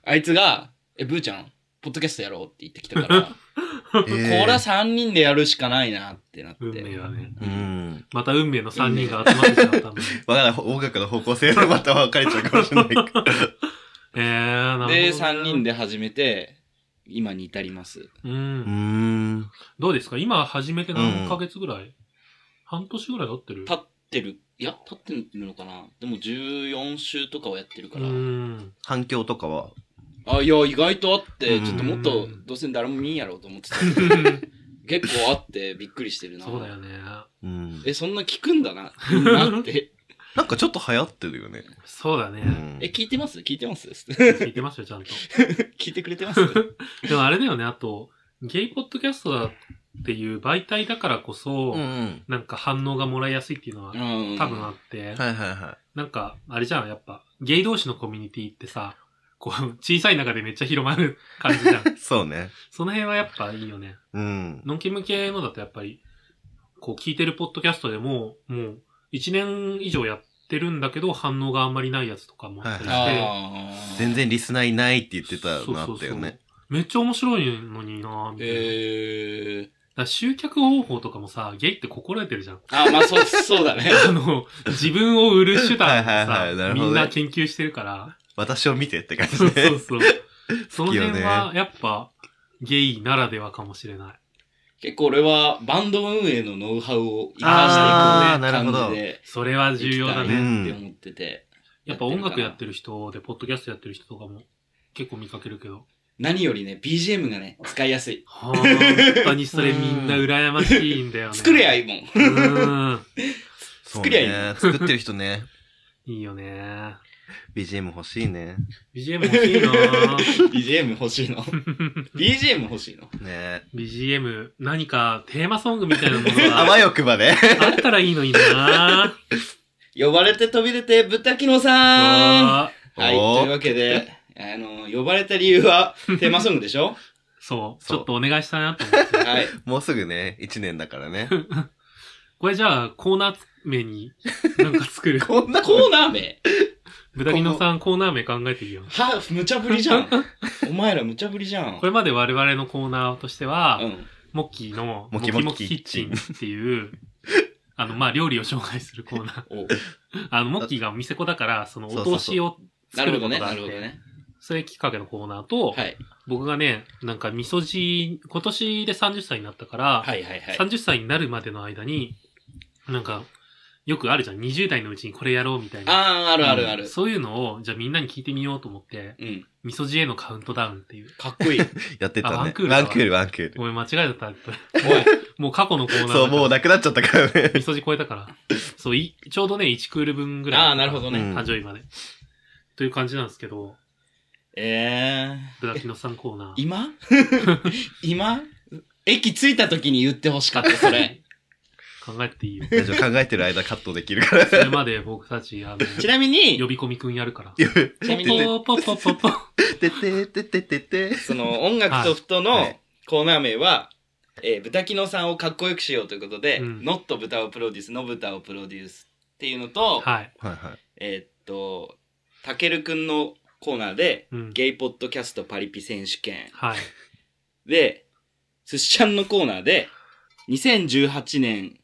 S3: あいつが、え、ブーちゃん、ポッドキャストやろうって言ってきたから、
S2: えー
S3: これは三人でやるしかないなってなって。
S1: 運命だね。
S2: うん。
S1: また運命の3人が集まってしまったんだ。
S2: わからない。音楽の方向性はまた分かれちゃうかもしれないけど。
S1: えー、なるほどね。
S3: で、3人で始めて、今に至ります。
S1: う
S2: うー
S1: ん。
S2: ん。
S1: どうですか今始めて何ヶ月ぐらい、半年ぐらい経ってる
S3: 立ってる、いや、立ってるのかなでも14週とかをやってるから。
S1: うん。
S2: 反響とかは
S3: あ、いや、意外とあって、
S2: うん
S3: ちょっともっと、どうせ誰も見んやろうと 思ってた。結構あって、びっくりしてるな。
S1: そうだよね。
S2: うん。
S3: え、そんな聞くんだ な、みんなって。
S2: なんかちょっと流行ってるよね。
S1: そうだ
S2: う
S1: ね。
S2: ん
S3: え、聞いてます聞いてます
S1: 聞いてますよ、ちゃんと。
S3: 聞いてくれ てます
S1: でもあれだよね、あと、ゲイポッドキャストだっていう媒体だからこそ、
S2: うんうん。
S1: なんか反応がもらいやすいっていうのは
S3: うん。
S1: 多分あって、
S2: はいはいは
S1: なんか、あれじゃん、やっぱ、ゲイ同士のコミュニティってさ、こう、小さい中でめっちゃ広まる感じじゃ ん。
S2: い。そうね。
S1: その辺はやっぱいいよね。
S2: うん。
S1: のんき向けのだとやっぱり、こう、聞いてるポッドキャストでも、もう、1年以上やってるんだけど、反応があんまりないやつとかもあったりして、
S3: あー
S2: 全。然リスナーいないって言ってた
S1: そう
S2: のあ
S1: そ
S2: っ
S1: う
S2: た
S1: そ
S2: よ
S1: う
S2: ね。。
S1: めっちゃ面白いのになみたいな。だ
S3: えー。
S1: から集客方法とかもさ、ゲイって心得てるじゃん。
S3: あ、まあ、そう、そうだね。
S1: あの、自分を売る手段を
S2: はいはいはいな
S1: さ、
S2: るほ
S1: み
S2: どね
S1: んな研究してる から。
S2: 私を見てって感じ
S1: そう
S2: ね
S1: そう。そう。その辺は、やっぱ、ゲイならではかもしれない。
S3: 結構俺はバンド運営のノウハウを生
S2: あー
S3: かしていく
S2: な
S3: ね
S2: るほ
S3: 感
S2: ど
S3: じで
S1: それは重要だ
S3: いきた
S1: ね。
S3: いなって思ってて、
S1: やっぱ音楽やってる人で、ポッドキャストやってる人とかも結構見かけるけど。
S3: 何よりね BGM がね使いやすい
S1: 本当にそれみんな羨ましいんだよね。
S3: 作れや
S1: い
S3: いいもん
S1: うん。
S2: そう
S3: 作りゃ
S2: ね。作ってる人ね。
S1: いいよね。
S2: BGM 欲しいね。
S1: BGM 欲しいな
S3: BGM 欲しいの BGM 欲しいの
S2: ね
S1: BGM、何かテーマソングみたいなもの
S2: あ
S1: が
S2: わよくばね。
S1: あったらいいのにな
S3: 呼ばれて飛び出てぶったきのさん
S1: わあ
S3: はい
S2: おー
S3: というわけであの呼ばれた理由はテーマソングでしょ
S1: そう、ち
S2: そう
S1: ょっとお願いしたいなと思って。
S3: はい
S2: もうすぐね、1年だからね。。
S1: これじゃあ、コーナー名に、なんか作る
S2: こんな
S3: コーナー名
S1: ブダギノさんコーナー名考えていいよ。
S3: は無茶ぶり じゃんお前ら無茶ぶりじゃん
S1: これまで我々のコーナーとしては、
S3: うん
S1: モッキーの
S2: モ
S1: モ
S2: キ
S1: キ
S2: モキ
S1: モキキッチンっていう、 あの、まあ、料理を紹介するコーナー。
S3: お
S1: あの、モッキーがお店子だから、その
S2: そうそうそう
S1: お通しを
S3: な
S1: 作
S3: る
S1: ること
S3: ほどね
S1: があ
S3: な
S1: っ
S3: るほど
S1: て、
S3: ね
S1: それきっかけのコーナーと、
S3: はい
S1: 僕がね、なんか味噌汁、今年で30歳になったから、
S3: はいはいはい
S1: 30歳になるまでの間に、なんか、よくあるじゃん。20代のうちにこれやろうみたいな。
S3: ああ、あるあるある。
S1: そういうのを、じゃあみんなに聞いてみようと思って、
S3: うん。
S1: みそじへのカウントダウンっていう。
S3: かっこいい。
S2: やってたね。
S1: あ
S2: ワ
S1: ワ
S2: ン
S1: ン
S2: ク
S1: クー
S2: ール、
S1: ル
S2: ワ
S1: だ
S2: ンクール、ワンクール。
S1: ごめん、間違えたった。
S3: おい。
S1: もう過去のコーナーだから。
S2: そう、もうなくなっちゃったからね。
S1: み そじ超えたから。そう、いちょうどね、1クール分ぐらい。
S3: ああ、なるほどね。
S2: うん
S1: 誕生日まで。という感じなんですけど、
S3: え
S1: ブラキノさんコーナ
S3: えー。
S1: ー。
S3: 今 今駅着いた時に言ってほしかった、それ。
S1: 考えていいよ。
S2: 大丈夫考えてる間カットできるから。
S1: それまで僕たち、あの、
S3: ちなみに
S1: 呼、び込みくんやるから。
S2: てて
S3: ちなみに、
S1: ポポポポポ。
S2: ててててて。
S3: その音楽とふと
S2: は
S3: の
S2: い
S3: コーナー名は、えー、豚キノさんをかっこよくしようということで、
S1: うん
S3: ノット豚をプロデュース、の豚をプロデュースっていうのと、
S1: はい。
S2: はいはい。
S3: えーっと、たけるくんのコーナーで、
S1: うん。
S3: ゲイポッドキャストパリピ選手権。
S1: はい。
S3: で、すしちゃんのコーナーで、2018年、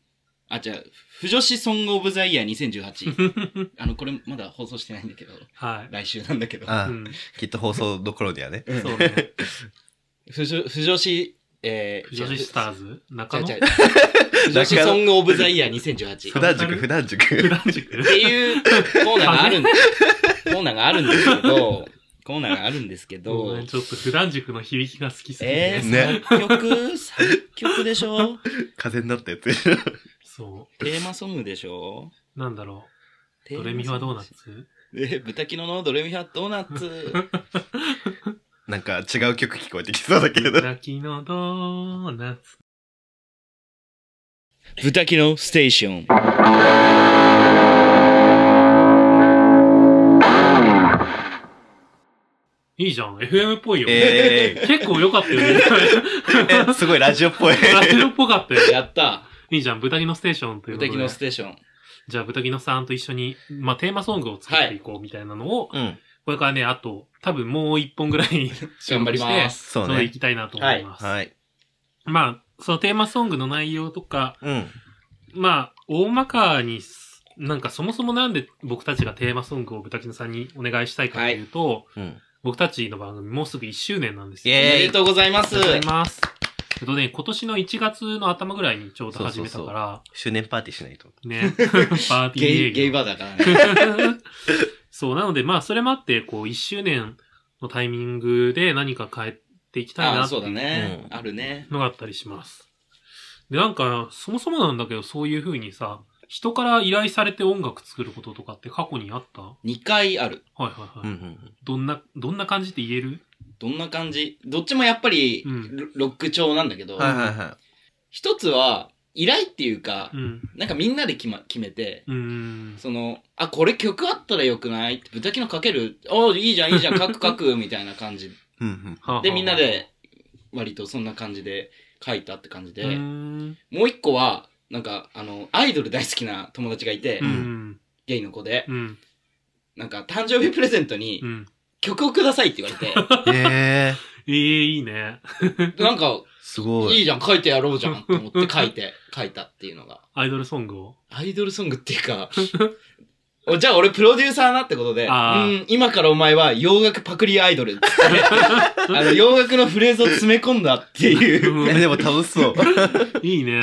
S3: あ、じゃ不女子ソングオブザイヤー2018。あの、これまだ放送してないんだけど、
S1: はい。
S3: 来週なんだけど。
S2: あ
S1: う
S2: あ、
S1: ん。
S2: きっと放送どころに はね。
S1: そうね。
S3: 不女不女子、えー、
S1: 女子スターズ中野
S3: 違う違う 不女子ソングオブザイヤー2018。
S2: 普
S3: っ
S2: 段塾、普段
S1: 普
S2: 塾。
S1: 段塾
S3: ていうコーナーがあるんコーナーがあるんですけど、コーナーがあるんですけ
S1: ご
S3: ど
S1: めん、ちょっと普段塾の響きが好きすぎ
S3: え
S1: て。
S3: ー、
S2: ね
S3: 作曲作曲でしょ
S2: 風になったやつ。
S1: そ
S3: テーマソングでしょ
S1: う。なんだろう。ドレミファドーナツ
S3: え、豚キノのドレミファドーナツ。
S2: なんか違う曲聞こえてきそうだ けど。
S1: ラキのドーナツ。
S3: 豚キノステーション。
S1: いいじゃん。FM っぽいよ。
S2: え
S1: 結構良かったよね。
S2: ー、え、すごいラジオっぽい。
S1: ラジオっぽかったよ。
S3: やった
S1: いいじゃん。ブタギのステーションということ
S3: 豚
S1: で。
S3: キノステーション。
S1: じゃあ、ブタギノさんと一緒に、まあ、テーマソングを作っていこうみたいなのを、
S2: うん。
S1: これからね、あと、多分もう一本ぐらい。
S3: 頑張りますす。
S2: そう
S1: それ
S2: ね
S1: 行。きたいなと思います。
S2: はい。
S1: まあ、そのテーマソングの内容とか、
S2: うん。
S1: まあ、大まかにす、なんかそもそもなんで僕たちがテーマソングをブタキノさんにお願いしたいかというと、
S2: うん。
S1: 僕たちの番組もうすぐ1周年なんです
S2: イ
S1: よ。
S2: エー
S3: お
S2: イ
S3: めでとうございま
S1: あ
S3: す
S1: りが。とうございます。えっとね、今年の1月の頭ぐらいにちょうど始めたから、
S2: 周年パーティーしないと。
S1: ね、パ ーティー
S3: ゲイ、ゲ
S1: 営
S3: イ
S1: 業
S3: バーだからね。
S1: そう、なのでまあ、それもあって、こう、1周年のタイミングで何か変えていきたい
S3: あ
S1: な
S3: あ、
S1: って
S3: そうだ
S1: いう
S3: ね。
S2: うん
S3: あるね。
S1: のがあったりします。で、なんか、そもそもなんだけど、そういう風にさ、人から依頼されて音楽作ることとかって過去にあったは
S3: 2回ある。
S1: いはいは
S2: う
S1: い。
S2: んうん
S1: どんな、どんな感じって言える
S3: どんな感じどっちもやっぱり
S1: うん
S3: ロロック調なんだけ
S2: う
S3: ど
S2: ん。、はいはいは
S3: 一つは依頼っていうか
S1: う、ん。
S3: なんかみんなで決ま決めて、
S1: うーん。
S3: その、あ、これ曲あったらよくないって、豚キノかけるおーいいじゃん、い いじゃん、書く書く、みたいな感じ。
S2: い。うん
S1: はあはあ
S3: で、みんな、で、割とそんな感じで書いたって感じで、
S1: うーん。
S3: もう一個は、なんか、あの、アイドル大好きな友達がいて、
S1: うん。
S3: ゲイの子で、
S1: うん。
S3: なんか、誕生日プレゼントに
S1: うん。
S3: 曲をくださいって言われ
S2: うん。え
S1: え
S2: ー、
S1: えいいね。
S3: て、なんか、
S2: すご
S3: い
S2: い。
S3: いじゃん、書いてやろうじゃん、と思って書いて、書いたっていうのが。
S1: アイドルソング を。
S3: アイドルソングっていうか、 おじゃあ俺プロデューサーなってことで、う
S1: あー
S3: ん、今からお前は洋楽パクリアイド ルっつってあの洋楽のフレーズを詰め込んだっていう。
S2: え、でも楽しそう。
S1: いいね。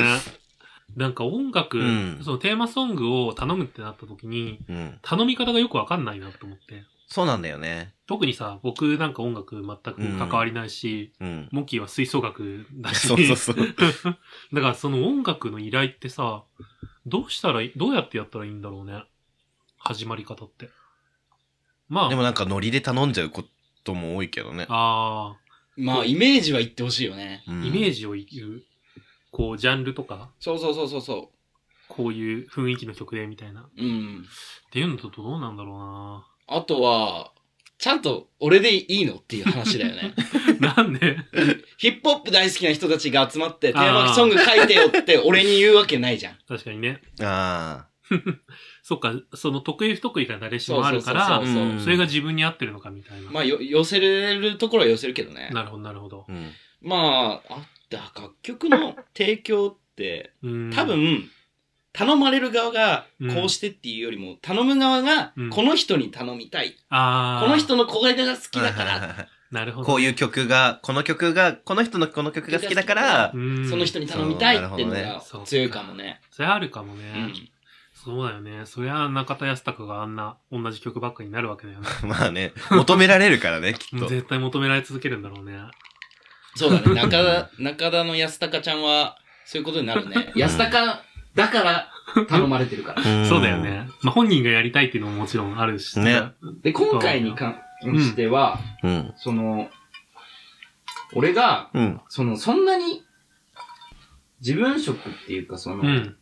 S1: なんか音楽、
S2: うん
S1: そのテーマソングを頼むってなった時に、
S2: うん。
S1: 頼み方がよくわかんないなと思って。
S2: そうなんだよね。
S1: 特にさ、僕なんか音楽全く関わりないし、
S2: うん。
S1: モッキーは吹奏楽だし。
S2: そうそうそう。
S1: だからその音楽の依頼ってさ、どうしたらいい、どうやってやったらいいんだろうね。始まり方って。まあ、
S2: でもなんかノリで頼んじゃうことも多いけどね。
S1: ああ、
S3: まあイメージは言ってほしいよね。
S2: イメ
S1: イメー
S2: ジ。
S1: ジを言う、こう、ジャンルとか、
S3: そうそうそうそうそ
S1: こういう雰囲気の曲でみたいな。っ
S3: う。うん。
S1: ていうのとどうなんだろうな
S3: あとは、ちゃんと俺でいいのっていう話だ よね。
S1: なんで
S3: ヒップホップ大好きな人たちが集まってテー
S1: あー
S3: マソング書いてよって俺に言うわけないじゃん。
S1: 確かにね。
S2: あ
S1: そっか、その得意不得意が誰しもあるから、
S3: そ
S1: そう
S2: あ。
S3: そうそう
S2: うん
S1: れが、自分に合ってるのかみたいな。
S3: まあよ寄せれるところは寄せるけどね。
S1: なるほど、なるほど。
S2: うん。
S3: まあ、あだ楽曲の提供って、
S1: うん。
S3: 多分、頼まれる側が
S1: うん
S3: こうしてっていうよりも、頼む側が
S1: うん
S3: この人に頼みたい。
S1: ああ。
S3: この人の声が好きだから、
S1: なるほど。
S2: こういう曲が、この曲が、この人のこの曲が好きだから、
S1: うん
S3: その人に頼みたいっていうの
S2: な
S1: る
S3: が
S1: ほどね
S3: 強いかもね。
S1: それあるかもね。
S3: うん
S1: そうだよね。そりゃ中田康隆があんな同じ曲ばっかになるわけだ よね。
S2: まあね、求められるからね、きっと。
S1: 絶対求められ続けるんだろうね。
S3: そうだね。中 田、中田の安高ちゃんは、そういうことになるね。安高だから頼まれてるから。
S2: ん
S1: そうだよ。ね。まあ、本人がやりたいっていうのももちろんあるし
S2: ね。
S3: で、今回に関しては、
S2: うん。
S3: その、俺が、
S2: うん。
S3: その、そんなに、自分職っていうか、その、
S1: うん。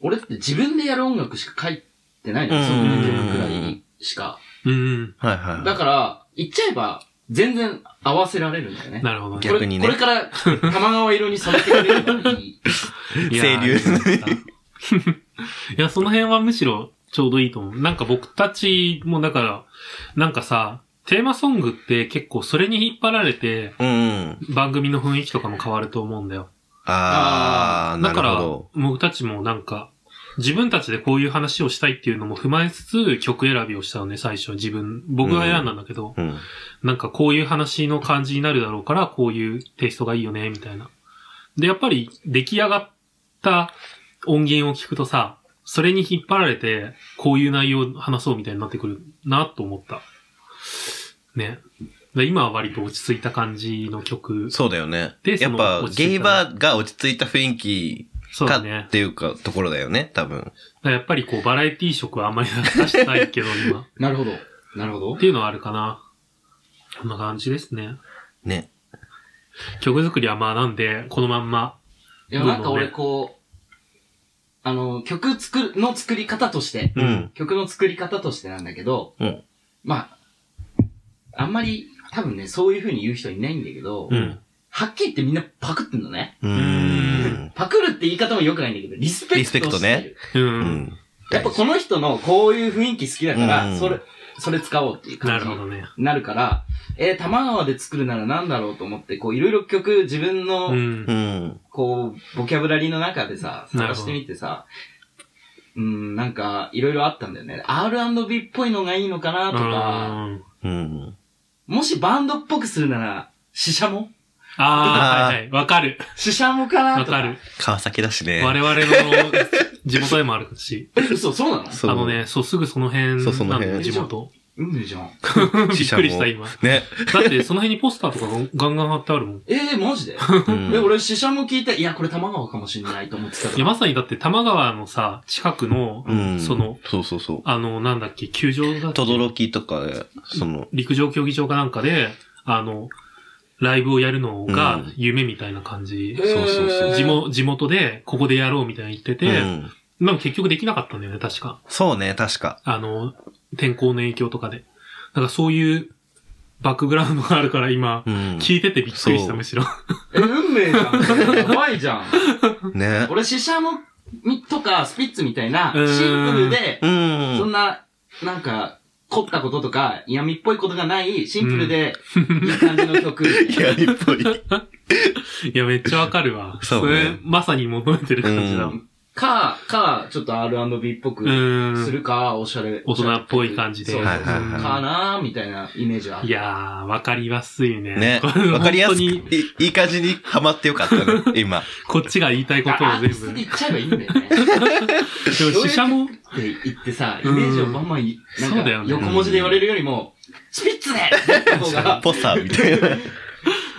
S3: 俺って自分でやる音楽しか書いてないの
S2: うん
S3: よ。その曲くらいにしか。
S1: うん。
S2: はいはい
S3: だ
S2: は
S3: から、言っちゃえば、全然合わせられるんだよね。
S1: なるほどね。
S2: 逆にね
S3: これこれから、玉川色に染めてくれればいい。
S1: いやー
S2: 清流
S1: よかったいや、その辺はむしろちょうどいいと思う。なんか僕たちもだから、なんかさ、テーマソングって結構それに引っ張られて、
S2: い。うんうん。
S1: 番組の雰囲気とかも変わると思うんだよ。
S2: あー、
S1: だ
S2: なる
S1: か
S2: ほ
S1: ら
S2: ど。、
S1: 僕たちもなんか、自分たちでこういう話をしたいっていうのも踏まえつつ、曲選びをしたのね、最初。自分、僕が選んだんだけど、
S2: うん。
S1: なんかこういう話の感じになるだろうから、こういうテイストがいいよね、みたいな。で、やっぱり出来上がった音源を聞くとさ、それに引っ張られて、こういう内容を話そうみたいになってくるなと思った。ね。で今は割と落ち着いた感じの曲。
S2: そうだよね。
S1: で
S2: やっ
S1: そ
S2: ぱ
S1: の、落ち着いた
S2: ゲイバーが落ち着いた雰囲気
S1: そう
S2: か
S1: だね
S2: っ。ていうか、ところだよね、多分。
S1: だからやっぱりこう、バラエティ色はあんまり出したないけど、 今。
S3: なるほど。なるほど
S1: っ。ていうのはあるかな。こんな感じですね。
S2: ね。
S1: 曲作りはまあなんで、このまんま。
S3: いや、
S1: どうもね
S3: なんか俺こう、あの、曲作る、の作り方として、
S2: うん。
S3: 曲の作り方としてなんだけど、
S2: うん
S3: まあ、あんまり、多分ね、そういう風に言う人いないんだけど、
S1: うん。
S3: はっきり言ってみんなパクってんのね。
S2: うーん。
S3: パクるって言い方も良くないんだけど、リスペクト
S2: リスペクトね
S3: してる
S1: う。
S2: うんん。
S3: やっぱこの人のこういう雰囲気好きだから、
S2: うん
S3: それ、それ使おうっていう
S1: な
S3: 感
S1: る
S3: じ
S1: ほ
S3: に
S1: どね。
S3: なるから、えー、玉川で作るならなんだろうと思って、こう、いろいろ曲、自分の、
S1: うん
S2: う。ん。
S3: こう、ボキャブラリーの中でさ、
S1: なるほど
S3: 探してみてさ、うん、なんか、いろいろあったんだよね。R&B っぽいのがいいのかなとか、
S1: うん
S2: うん。
S3: もしバンドっぽくするなら、シシャモ
S1: ああ、
S2: あ
S1: は
S2: ー
S1: いはい。わかる。
S3: シシャモかな
S1: わ
S3: と
S1: か
S3: か。
S1: る。
S2: 川崎だしね。
S1: 我々の地元でもあるし。
S3: え、嘘、そうなの
S1: あ
S2: そう。
S1: のね、そう、すぐその辺
S2: そうその
S1: な
S2: 辺
S1: の、地元。
S3: うんじゃん。
S1: びっ
S2: 死者
S1: く
S2: も
S1: りした、今。
S2: ね。
S1: だって、その辺にポスターとかがガンガン貼ってあるもん。
S3: えー、マ ジで
S2: うん
S3: え、俺、シシャモ聞いて、いや、これ玉川かもしんないと思ってたか
S1: いや、
S3: ら。
S1: まさにだって、多摩川のさ、近くの、
S2: うん。
S1: その、。
S2: そうそうそう。
S1: あの、なんだっけ、球場だっ
S2: とど
S1: け
S2: ろきとか、その、
S1: 陸上競技場かなんかで、あの、ライブをやるの
S2: う
S1: が
S2: ん
S1: 夢みたいな感じ。
S2: そうそうそう
S3: へー
S1: 地元地元で、ここでやろうみたいな言って
S2: う
S1: て、
S2: ん。
S1: なんか結局できなかったんだよね、確か。
S2: そうね、確か。
S1: あの、天候の影響とかで。だからそういうバックグラウンドがあるから今、
S2: うん。
S1: 聞いててびっくりし
S2: そ
S1: た、
S2: う
S1: むしろ。
S3: え、運命じゃん。やばいじゃん。
S2: ね。
S3: 俺、シシャモとか、スピッツみたいな、シ
S1: うん
S3: ンプルで、
S2: う
S3: そん
S2: ん。
S3: な、なんか、凝ったこととか、嫌味っぽいことがない、シンプルで、いい感じの曲。
S2: いや、いっぽい。
S1: いや、めっちゃわかるわ。
S2: そうね
S1: れまさに求めてる感じだわ。
S2: う
S3: か、か、ちょっと R&B っぽ
S1: う
S3: く
S1: ーん。
S3: するか、おしゃれ。
S1: 大人っぽい感じで。
S3: そうそう
S2: はい
S3: そう
S2: はいはい
S3: かなーみたいなイメージは。
S1: いやー、わかりやすいね。
S2: ね
S1: これ。
S2: わかりや すく、
S1: 本当
S2: い
S1: に、
S2: いい感じにハマってよかっ たね、今。
S1: こっちが言いたいことを
S3: あアー
S1: 全
S3: ティスト
S1: 部。で
S3: で
S1: も、
S3: 言っちゃえばいいんだよね。
S1: 死者も、
S3: って言ってさ、イメージをバンバンい、
S1: うん
S3: な
S1: そ
S3: ん
S1: う
S3: か
S1: だよね
S3: 横文字で言われるよりも、スピッツでって言った方が、
S2: ポサーみたいな。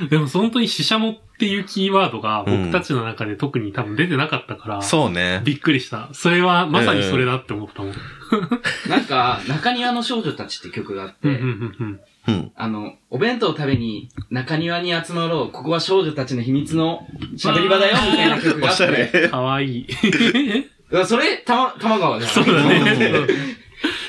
S1: でも本当に死者もっていうキーワードが僕たちの中で特に多分出てなかったから、
S2: そうね。
S1: びっくりした。それはまさにそれだって思ったもん。うん
S3: なんか、中庭の少女たちって曲があっ
S1: うんう
S3: て、
S1: んうん。
S2: うん。
S3: あの、お弁当を食べに中庭に集まろう、ここは少女たちの秘密の喋り場だよ、みたいな曲が
S2: お
S3: あっ
S2: しゃ
S3: て。
S2: れ。
S1: かわい い。
S3: うわそれ、たま、玉川じゃん。
S1: そうだね。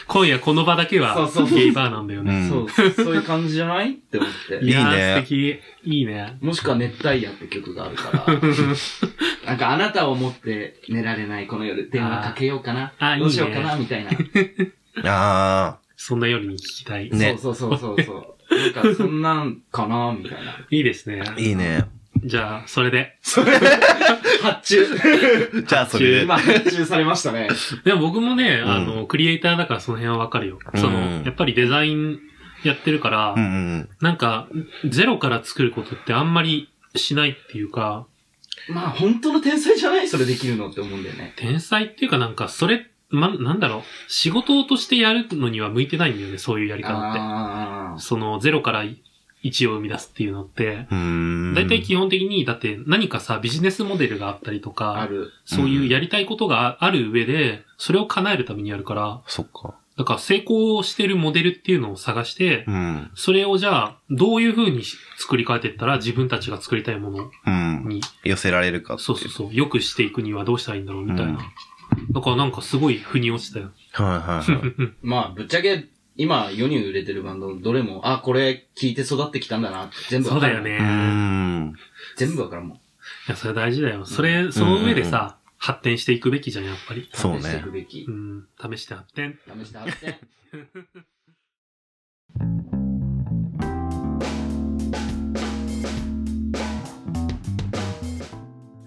S1: 今夜この場だけは
S3: そうそうそう
S1: ゲイバーなんだよね。
S2: ん
S3: そう、そういう感じじゃないって思って。
S1: いや
S2: いいね
S1: ー、素敵。いいね。
S3: もしくは熱帯夜って曲があ るから。なんかあなたを思って寝られないこの夜、電話かけようかな。
S1: あーあー
S3: どうしようか
S1: い
S3: な、
S1: い
S3: みたいな。
S2: あ
S1: そんな夜に聞きたい。
S2: ね
S3: そうそうそうそうそう。なんかそんなんかな、みたいな。
S1: いいですね。
S2: あ、いいね。
S1: じゃあ、それで。
S3: 発注。
S2: じゃあ、それで。
S3: 今発注されましたね。
S1: でも僕もね、あの、クリエイターだからその辺はわかるよ。
S2: うん
S1: その、やっぱりデザインやってるから、
S2: うんうんうん。
S1: なんか、ゼロから作ることってあんまりしないっていうか、
S3: まあ、本当の天才じゃないそれできるのって思うんだよね。
S1: 天才っていうかなんか、それ、ま、なんだろう、仕事としてやるのには向いてないんだよね、そういうやり方って。
S3: ああ。
S1: その、ゼロから1を生み出すっていうのって、
S2: うーん。
S1: だいたい基本的に、だって何かさ、ビジネスモデルがあったりと
S3: あ
S1: か、
S3: る。
S1: そういうやりたいことがある上で、それを叶えるためにやるから、
S2: そっか。
S1: だから成功してるモデルっていうのを探して
S2: う、ん。
S1: それをじゃあ、どういう風に作り変えていったら自分たちが作りたいもの
S2: うん。
S1: に、
S2: 寄せられるかってい
S1: そうそうそう、良くしていくにはどうしたらいいんだろうみたいな。
S2: うん
S1: だからなんかすごい腑に落ちたよ。
S2: はいはいはい。
S3: まあ、ぶっちゃけ、今、世に売れてるバンド、どれも、あ、これ、聞いて育ってきたんだなって。全 部
S1: そ
S3: わ
S1: う
S3: か
S1: だ
S3: る
S1: よ。ね。
S2: うーん。
S3: 全部わからんもん。
S1: いや、それ大事だよ。それ、その上でさ、発展していくべきじゃん、やっぱり。
S2: そう
S3: 試してい
S2: ね
S3: く。べき
S1: う。ん、試して発展。
S3: 試してあって。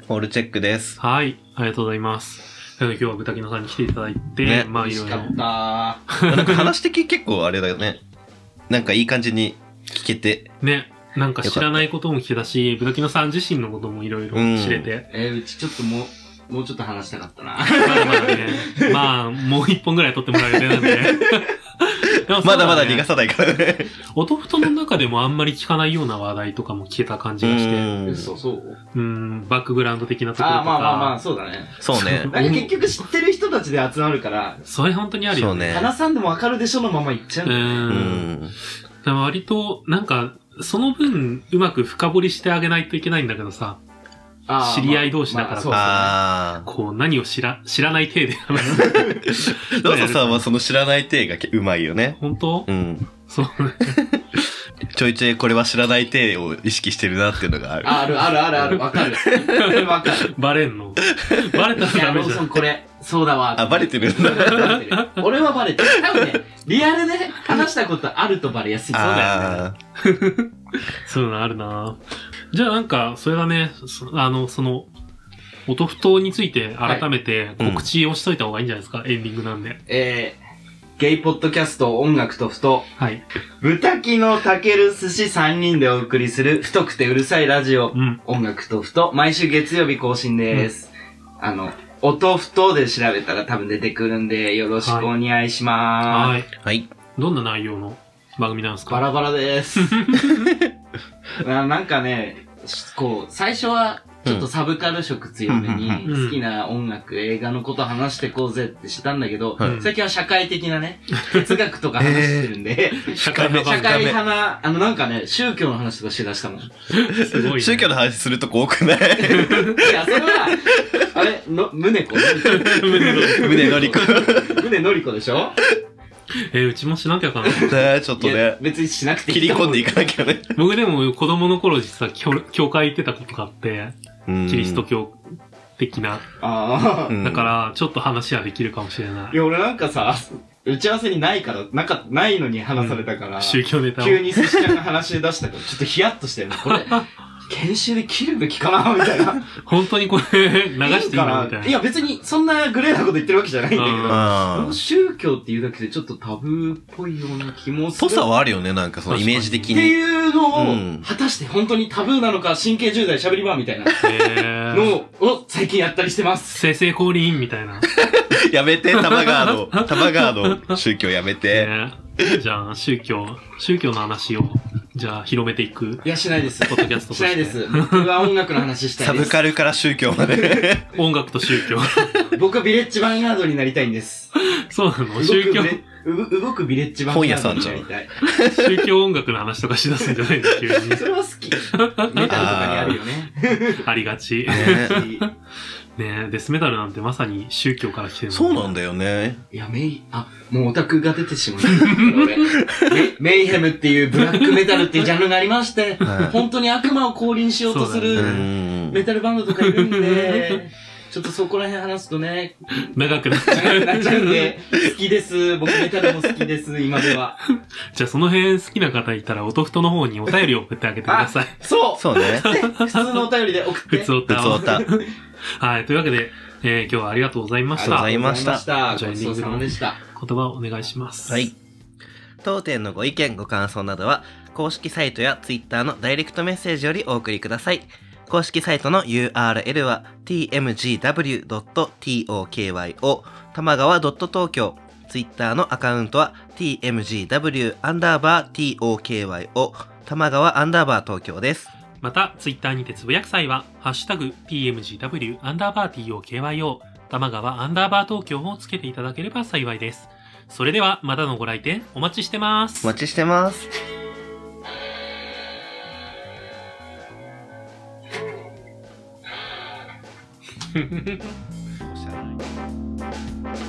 S2: ホールチェックです。
S1: はい、ありがとうございます。なので今日はブタキノさんに来ていただいて、
S2: ね
S1: まあい
S3: 美味
S1: ろ
S3: し
S1: い
S3: か
S1: ろ。
S3: った。
S2: なんか話的結構あれだよね。 なんかいい感じに聞けて。
S1: ね、なんか知らないことも聞けたし、ブタキノさん自身のこともいろいろ知れて。
S3: えー、うちちょっともう、もうちょっと話したかったな。
S1: まあまあね、まあ、もう一本ぐらい撮ってもらえる予定なんで。でもそうね
S2: まだまだ逃がさないからね。
S1: 音ふとの中でもあんまり聞かないような話題とかも聞けた感じがして、
S2: うん
S3: 嘘、そう
S1: うん、バックグラウンド的なところとか。
S3: ああ、まあまあまあ、そうだね。
S2: そうね。
S3: なんか結局知ってる人たちで集まるから、
S1: それ本当にあるよね。
S2: そうね
S3: 話さんでもわかるでしょのままいっちゃうん
S1: う。
S3: だよね。
S2: うんん。
S1: でも割と、なんか、その分、うまく深掘りしてあげないといけないんだけどさ、
S3: あー
S1: 知り合い同士だから
S3: まあ
S2: ああ。
S1: こう、何を知ら、知らない体で 話す。
S2: ローソさんはその知らない体がけうまいよね。
S1: 本当
S2: うん。
S1: そう。
S2: ちょいちょいこれは知らない体を意識してるなっていうのがある。
S3: あるあるあるある、わ かる。わかる。
S1: バレんの。バレた
S3: い
S1: らダ
S3: や、ロ
S1: メ
S3: ー
S1: じゃ
S3: ソン
S1: ん。
S3: これ、そうだわ。
S2: あ、バレてるんだ。
S3: バレてる 俺はバレてる。多分ね、リアルで話したことあるとバレやすい。そうだよね。
S2: ああ。
S1: そういうのあるなじゃあなんか、それだね、そあの、その、音不当について改めて
S2: うん
S1: 告知をしといた方がいいんじゃないですか、エンディングなんで。
S3: えー、ゲイポッドキャスト音楽とふと、
S1: はい。
S3: ブタキのたける寿司3人でお送りする太くてうるさいラジオ
S1: うん。
S3: 音楽とふと毎週月曜日更新です、あの音ふとで調べたら多分出てくるんでよろしくお願いします、
S1: はい。
S2: はい。
S1: どんな内容の番組なんです
S3: バ
S1: か
S3: ラバラです ななんかねこう最初はちょっとサブカル色強めに
S2: うん
S1: うん
S3: 好きな音楽、映画のこと話してこうぜってしたんだけど、
S2: はい
S3: 最近は社会的なね、哲学とか話してるん で、
S1: 社会派
S3: 社
S1: 番組。
S3: 会派な、あのなんかね、宗教の話とかしだしたもん。い
S1: すごい、ね。
S2: 宗教の話するとこ多くない
S3: や、それは、あれ、の、胸子
S2: 胸のりこ。
S3: 胸のりこでしょ
S1: えーうちもしなきゃかな。
S2: ねえちょっと
S3: いや
S2: ね、
S3: 別にしなくてい
S2: 切
S3: い。
S2: り込んでいかなきゃね。
S1: 僕でも子供の頃実は教教会行ってたことがあって、
S2: うん
S1: キリスト教的な。
S3: ああ。
S2: うん
S1: だから、ちょっと話はできるかもしれないい。
S3: や、俺なんかさ、打ち合わせにないから、なか、ないのに話されたから、
S1: 宗教ネタを。
S3: 急に寿司ちゃんが話し出したから、ちょっとヒヤッとして、これ、研修で切るべきかなみたいな。
S1: 本当にこれ、流していい
S3: か
S1: のみたいな。
S3: いや、別に、そんなグレーなこと言ってるわけじゃないんだけ
S1: う
S3: ど
S1: ん。
S2: ああ。
S3: 宗教っていうだけでちょっとタブーっぽいような気もす
S2: ぽ
S3: る。
S2: さ
S3: っ
S2: はあるよね、なんかそのイメージ
S3: て
S2: 的に。
S3: いうの
S2: う
S3: を
S2: ん、
S3: 果たして本当にタブーなのか、神経重大喋りバーみたいな
S1: えー、
S3: のを最近やったりしてます。
S1: 生成降臨みたいな。
S2: やめて、玉川の、 玉川の宗教やめて。
S1: ね、いいじゃあ、宗教、宗教の話を、じゃあ、広めていく。
S3: いや、しないです。
S1: ポッドキャストとし
S3: してないです。僕は音楽の話した
S2: サ
S3: いで
S2: ブ
S3: す。
S2: カルから宗教まで。
S1: 音楽と宗 教。
S3: 僕はビレッジヴァンガードになりたいんです。
S1: そうなの宗教
S3: 動く、ビレう動くビレッジヴァンガードになりたい。
S1: 宗教音楽の話とかしだすんじゃないの急に。
S3: それは好き。メタルとかにあるよね。
S1: ありがち。
S2: ね
S1: ねデスメタルなんてまさに宗教から来てる
S2: そうなん
S1: だ。
S2: だよね。
S3: いや、メイ、あ、もうオタクが出てしまった。俺メメイヘムっていうブラックメタルっていうジャンルがありまして、
S2: はい
S3: 本当に悪魔を降臨しようとす
S1: そう
S2: う
S1: だ
S3: る
S2: ん。
S3: メタルバンドとかいるんで、ちょっとそこら辺話すとね、
S1: 長くなっちゃ
S3: 長
S1: う。
S3: くなっちゃうんで、好きです。僕メタルも好きです、今では。
S1: じゃあその辺好きな方いたら、おとふとの方にお便りを送ってあげてください。
S3: そ う
S2: そうね。
S3: 普通のお便りで送って。
S1: 普通お
S2: う
S1: た
S2: つお
S1: を。
S2: た。
S1: はい、というわけで、えー今日はありがとうございま
S3: あ
S1: し
S3: りが
S1: た。
S3: とう
S1: 言
S3: ございました。
S1: ありがとうございました
S3: ごちそうさまでした。
S1: 葉をお願いします。
S2: はい。。当店のご意見、ご感想などは、公式サイトや Twitter のダイレクトメッセージよりお送りください。公式サイトの URL は tmgw.tokyo 玉川 .tokyo ツイッターのアカウントは tmgw アンダーバー tokyo 玉川アンダーバー東京です。
S1: また、ツイッターにてつぶやく際は、ハッシュタグ、pmgw アンダーバー tokyo、玉川アンダーバー東京をつけていただければ幸いです。それでは、またのご来店、お待ちしてます。
S2: お待ちしてます。おしゃれ